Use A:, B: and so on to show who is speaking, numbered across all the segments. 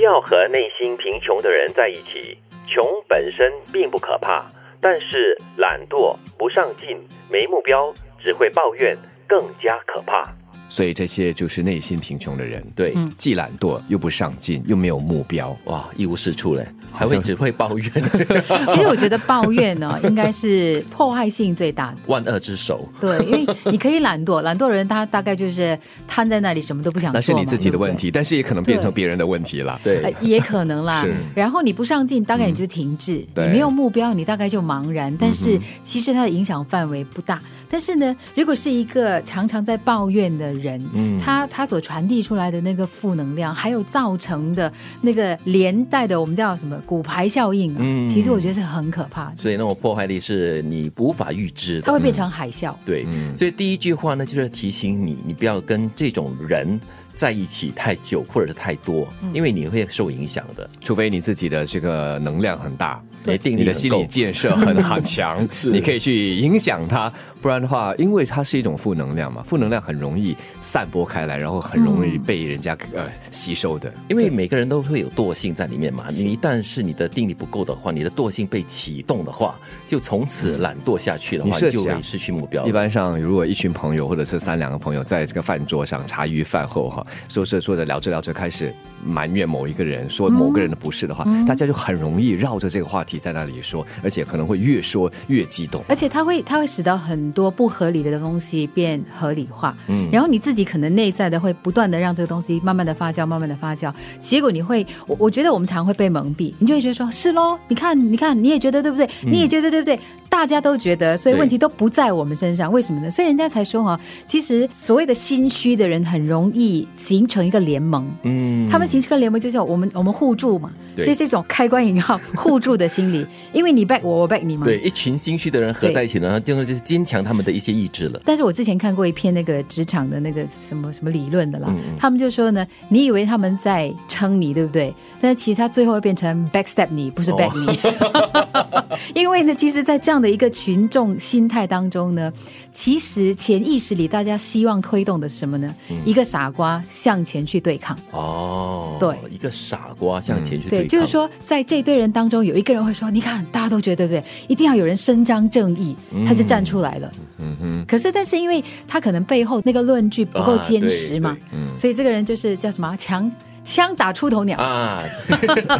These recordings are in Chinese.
A: 要和内心贫穷的人在一起。穷本身并不可怕，但是懒惰、不上进、没目标、只会抱怨更加可怕。
B: 所以这些就是内心贫穷的人，
C: 对，
B: 既懒惰又不上进，又没有目标。
C: 哇，一无是处嘞，还会只会抱怨，
D: 其实我觉得抱 怨呢、应该是破坏性最大的。
C: 万恶之首。
D: 对，因为你可以懒惰，懒惰的人他大概就是瘫在那里，什么都不想做
B: 那
D: 嘛。
B: 是你自己的
D: 对不对
B: 问题，但是也可能变成
D: 对
B: 别人的问题了。
C: 对
D: 呃，也可能啦
B: 是。嗯
D: 然后你不上进，大概你就停滞，
B: 对嗯
D: 你没有目标，你大概就茫然。但是其实它的影响范围不大。但是呢，如果是一个常常在抱怨的人，
B: 嗯
D: 他他所传递出来的那个负能量，还有造成的那个连带的，我们叫什么骨牌效应啊？
B: 嗯
D: 其实我觉得是很可怕的，
C: 所以那种破坏力是你无法预知
D: 它
B: 嗯
C: 的
D: 会。变成海啸。
C: 对，所以第一句话呢，就是提醒你，你不要跟这种人在一起太久或者是太多，
B: 嗯
C: 因为你会受影响的。
B: 除非你自己的这个能量很大，
C: 对定力
B: 你的
C: 很
B: 心
C: 够
B: 理建设很很 强，你可以去影响它。不然的话，因为它是一种负能量嘛，负能量很容易散播开来，然后很容
D: 嗯
B: 易被人家、呃吸收的。
C: 因为每个人都会有惰性在里面嘛，你一旦是你的定力不够的话，你的惰性被启动的话，就从此懒惰下去的
B: 嗯你
C: 话，
B: 设
C: 你就
B: 想
C: 会失去目标了。
B: 一般上，如果一群朋友或者是三两个朋友在这个饭桌上茶余饭后哈，说着说着聊着聊着开始埋怨某一个人，说某个人的不是的话，大家就很容易绕着这个话题在那里说，而且可能会越说越激动。
D: 而且它会，它会使到很多不合理的东西变合理化，嗯，然后你自己可能内在的会不断的让这个东西慢慢的发酵，慢慢的发酵，结果你会，我我觉得我们常会被蒙蔽，你就会觉得说，是喽，你看，你看，你也觉得对不对？
C: 嗯
D: 你也觉得对不对？大家都觉得，所以
C: 对
D: 问题都不在我们身上，为什么呢？所以人家才说哈、其实所谓的心虚的人很容易形成一个联盟，
C: 嗯
D: 他们形成个联盟就叫我们我们互助嘛，
C: 对
D: 这是一种开关引号互助的心理，因为你 back 我，我 back 你嘛，
C: 对一群心虚的人合在一起呢，就是就是坚强他们的一些意志了。
D: 但是我之前看过一篇那个职场的那个什么什么理论的啦，他们就说呢，你以为他们在撑你，对不对？但是其实他最后会变成 backstab 你，不是 back 你，因为呢，其实，在这样的一个群众心态当中呢，其实潜意识里大家希望推动的是什么呢？一个傻瓜向前去对抗。
C: 哦，
D: 对
C: 一个傻瓜向前
B: 嗯
C: 去对
D: 对，
C: 抗，
D: 就是说，在这堆人当中，有一个人会说：“你看，大家都觉得对不对？一定要有人伸张正义，他就站出来了。”嗯哼。可是，但是因为他可能背后那个论据不够
C: 啊
D: 坚
C: 对
D: 实嘛，
C: 对嗯
D: 所以这个人就是叫什么强枪打出头鸟。
C: 啊， 那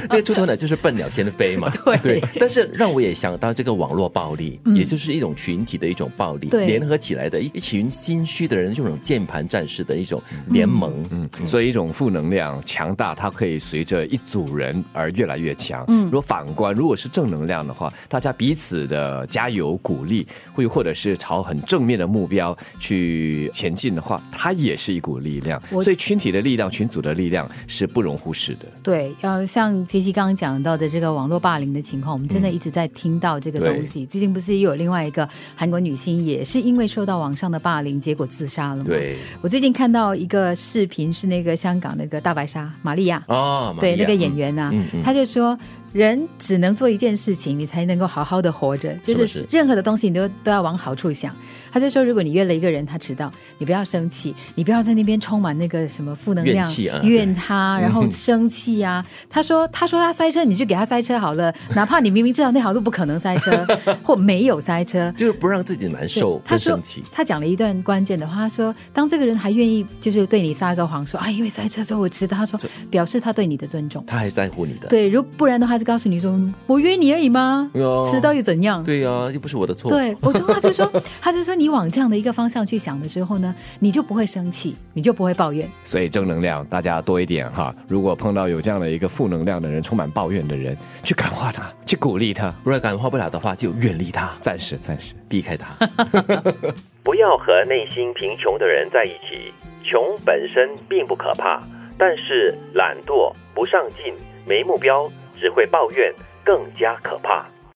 C: 个出头鸟就是笨鸟先飞嘛。
D: 对嗯
C: 但是让我也想到这个网络暴力，也就是一种群体的一种暴力，
D: 对
C: 联合起来的一一群心虚的人，这种键盘战士的一种联盟。嗯，
B: 所以一种负能量强大，它可以随着一组人而越来越强。嗯，如果反观，如果是正能量的话，大家彼此的加油鼓励，会或者是朝很正面的目标去前进的话，它也是一股力量。
D: 我
B: 所以群体的力量、群组的力量是不容忽视的。
D: 对，要像杰西刚刚讲到的这个网络霸凌的情况，我们真
C: 嗯
D: 的一直在听到这个东西。最近不是又有另外一个韩国女星，也是因为受到网上的霸凌，结果自杀了吗？
C: 对。
D: 我最近看到一个视频，是那个香港那个大白鲨玛利亚，
C: 哦，玛利
D: 对
C: 亚
D: 那个演员呐、
C: 嗯
D: 他就说。人只能做一件事情，你才能够好好的活着，就是任何的东西你都都要往好处想。他就说，如果你约了一个人，他迟到，你不要生气，你不要在那边充满那个什么负能量，
C: 怨气啊
D: 怨他，然后生气啊。他说，他说他塞车，你就给他塞车好了， 哪怕你明明知道那条路不可能塞车， 或没有塞车，
C: 嗯就是不让自己难
D: 对
C: 受，
D: 他
C: 不
D: 说
C: 生气。
D: 他讲了一段关键的话，他说当这个人还愿意就是对你撒个谎说啊，因为塞车所以我迟到，他说表示他对你的尊重。
C: 他还在乎你的，
D: 对，如不然的话就告诉你说我约你而已嘛，
C: 哟
D: 迟到又怎样？
C: 对呀，又不是我的错。
D: 对，我就他就说，他就说你往这样的一个方向去想的时候呢，你就不会生气，你就不会抱怨。
B: 所以正能量大家多一点哈。如果碰到有这样的一个负能量的人，充满抱怨的人，去感化他，去鼓励他，
C: 如果感化不了的话，就远离他，
B: 暂时暂时。
C: 避开他。
A: 不要和内心贫穷的人在一起。穷本身并不可怕，但是懒惰、不上进、没目标、只会抱怨更加可怕。